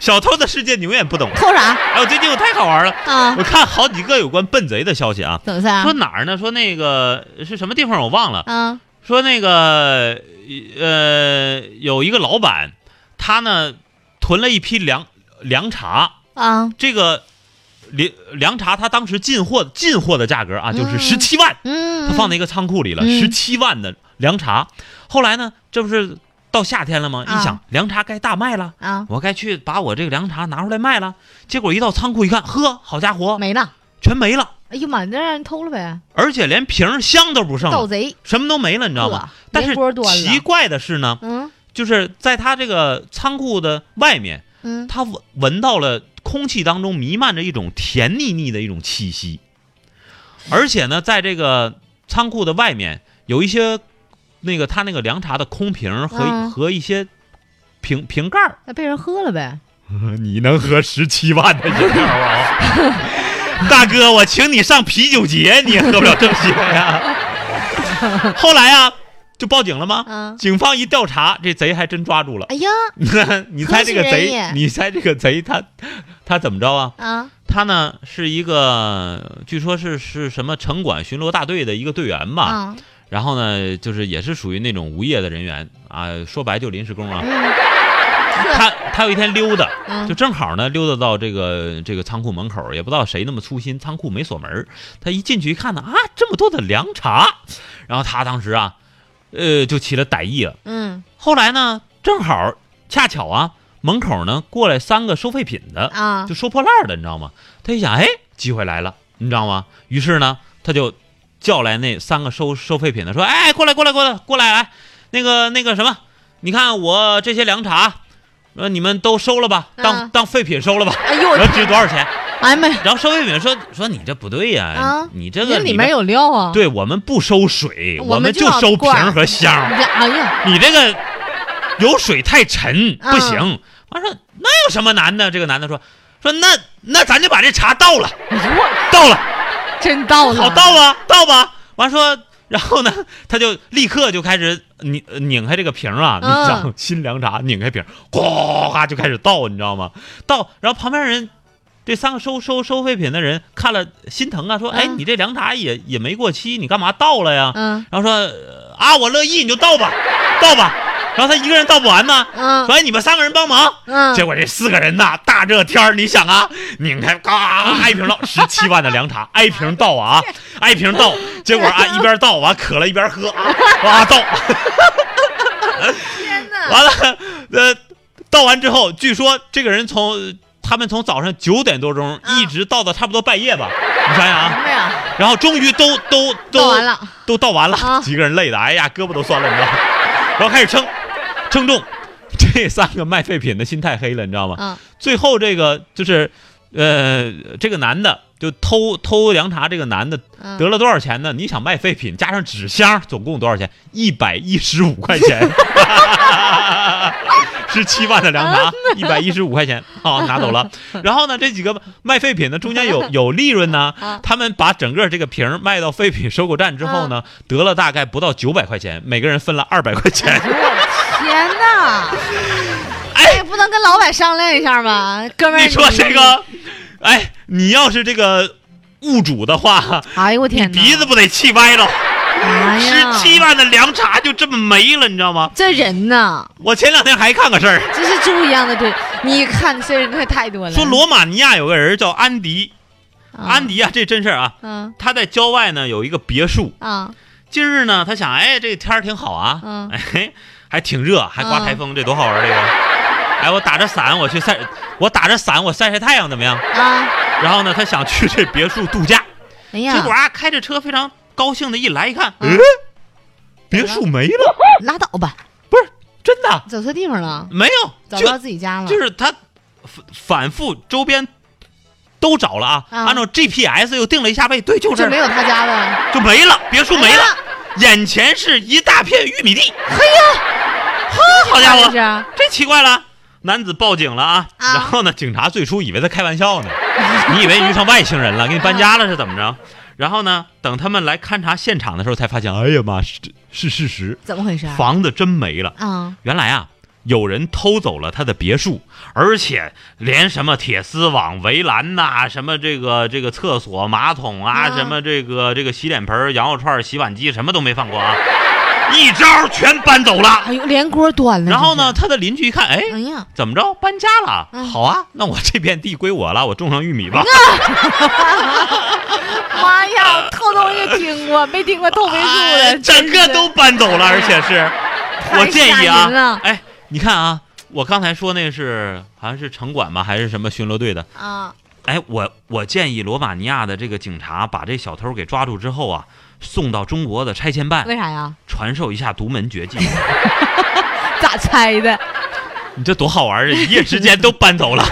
小偷的世界你永远不懂。偷啥哎，我最近我太好玩了，啊？我看好几个有关笨贼的消息啊，怎么算说？哪儿呢？说那个是什么地方我忘了，啊说那个呃有一个老板，他呢囤了一批凉凉茶，啊，这个凉凉茶他当时进货进货的价格啊就是嗯十七万，嗯，他放在一个仓库里了，嗯十七万的凉茶。后来呢，这不是到夏天了吗？啊一想凉茶该大卖了，啊我该去把我这个凉茶拿出来卖了。结果一到仓库一看，呵，好家伙，没了。全没了，哎呀妈，那让人偷了呗，而且连瓶儿箱都不剩盗了，贼，什么都没了，你知道吗？呵但连是锅端奇了，怪的是呢，嗯就是在他这个仓库的外面，嗯，他闻闻到了空气当中弥漫着一种甜腻腻的一种气息，而且呢，在这个仓库的外面有一些那个他那个凉茶的空瓶儿和、嗯和一些瓶瓶盖儿。那被人喝了呗。 你能喝十七万的饮料啊？ 大哥，我请你上啤酒节，你也喝不了这些呀。后来啊，就报警了吗？嗯警方一调查，这贼还真抓住了。 哎呀你猜这个何许人也贼，你猜这个贼他他怎么着啊？啊他呢是一个，据说是是什么城管巡逻大队的一个队员吧。啊然后呢，就是也是属于那种无业的人员啊，说白就临时工啊。嗯他他有一天溜达，嗯就正好呢溜达到这个这个仓库门口，也不知道谁那么粗心，仓库没锁门儿他一进去一看呢，啊，这么多的凉茶，然后他当时啊，呃，就起了歹意了。嗯后来呢，正好恰巧啊，门口呢过来三个收废品的，啊就收破烂儿的，你知道吗？他一想，哎，机会来了，你知道吗？于是呢，他就叫来那三个收收废品的，说，哎，过来，过来，过来，过来，来，那个那个什么，你看我这些凉茶，呃，你们都收了吧，当、嗯当废品收了吧，哎呦我然，后值多少钱？哎呀妈呀，然后收废品说说你这不对呀、啊你这个这里面。有料啊。对我们不收水，我我们们就就要收瓶罐儿儿和箱儿。呀，哎呀，你这个有水太沉，嗯不行。完说那有什么难的？这个男的说说那那咱就把这茶倒了，倒了，真到了，好倒啊，倒吧。完说，然后呢，他就立刻就开始拧拧开这个瓶啊，你嗯知道新凉茶拧开瓶，呱呱就开始倒，你知道吗？倒，然后旁边人。这三个收收收废品的人看了心疼啊，说：“哎，嗯你这凉茶也也没过期，你干嘛倒了呀？”嗯然后说呃啊，我乐意，你就倒吧， 倒吧。然后他一个人倒不完呢，嗯说哎，你们三个人帮忙。嗯，结果这四个人呐，大热天儿，你想啊，拧开嘎挨 瓶倒，十七万的凉茶，挨瓶倒啊，挨瓶倒。结果 啊，一边倒完渴了，一边喝啊，啊倒天 哪，完了，呃，倒完之后，据说这个人从他们从早上九点多钟嗯一直倒到差不多半夜吧，你想想啊，哎呀，然后终于都都都倒完了，都倒完了，啊几个人累的，哎呀，胳膊都酸了，你知 道吗？然后开始称，称重，这三个卖废品的心太黑了，你知道吗？嗯最后这个就是，呃，这个男的就偷偷凉茶，这个男的嗯，得了多少钱呢？你想卖废品加上纸箱，总共多少钱？一百一十五块钱， 十七万的凉茶，嗯一百一十五块钱啊、拿走了。然后呢，这几个卖废品的中间 有有利润呢啊，他们把整个这个瓶儿卖到废品收购站之后呢，嗯得了大概不到九百块钱，每个人分了二百块哎钱。天哪！哎，不能跟老板商量一下吗，哥们儿？你说这，个，哎，你要是这个物主的话，哎呦我你天哪，鼻子不得气歪了？哎呀十七万的凉茶就这么没了，你知道吗？这人呐，我前两天还看个事儿，这是猪一样的对，你看这人可太多了。说罗马尼亚有个人叫安迪，啊安，迪啊，这真事儿啊，嗯他在郊外呢有一个别墅。啊近日呢，他想，哎，这天儿挺好啊，嗯哎，还挺热，还刮台风，这多好玩儿这个。哎，我打着伞我去晒，我打着伞我晒晒太阳怎么样？啊，然后呢，他想去这别墅度假，哎结果呀，啊，开着车非常高兴的一来一看，嗯嗯，别墅没了，拉倒吧，真的走错地方了，没有，找就不到自己家了。就是他反反复周边都找了啊，啊按照 GPS 又定了一下位，对，就这就儿没有他家呗，就没了，别墅没哎了，呀眼前是一大片玉米 地。嘿呀，好家这伙，是这奇怪了！男子报警了啊，啊然后呢，警察最初以为他开玩笑呢，你以为遇上外星人了，给你搬家了是怎么着？然后呢，等他们来勘察现场的时候，才发现，哎呀妈，是是事实， 怎么回事？房子真没了。啊原来啊，有人偷走了他的别墅，而且连什么铁丝网、围栏呐、什么这个这个厕所、马桶啊，嗯什么这个这个洗脸盆儿、羊肉串儿、洗碗机，什么都没放过啊，一招儿全搬走了。哎呦，连锅端了。然后这呢，他的邻居一看，哎，是？哎呀，怎么着，搬家了？嗯好啊，那我这片地归我了，我种上玉米吧。 妈呀，偷东西听过，没听过偷别墅哎 的，整个都搬走了，而且是，我建议吓人啊了，哎，你看啊，我刚才说那是好像是城管吧，还是什么巡逻队的？啊，哎，我我建议罗马尼亚的这个警察把这小偷给抓住之后啊，送到中国的拆迁办为啥呀？传授一下独门绝技， 咋猜的？你这多好玩儿啊！一夜之间都搬走了。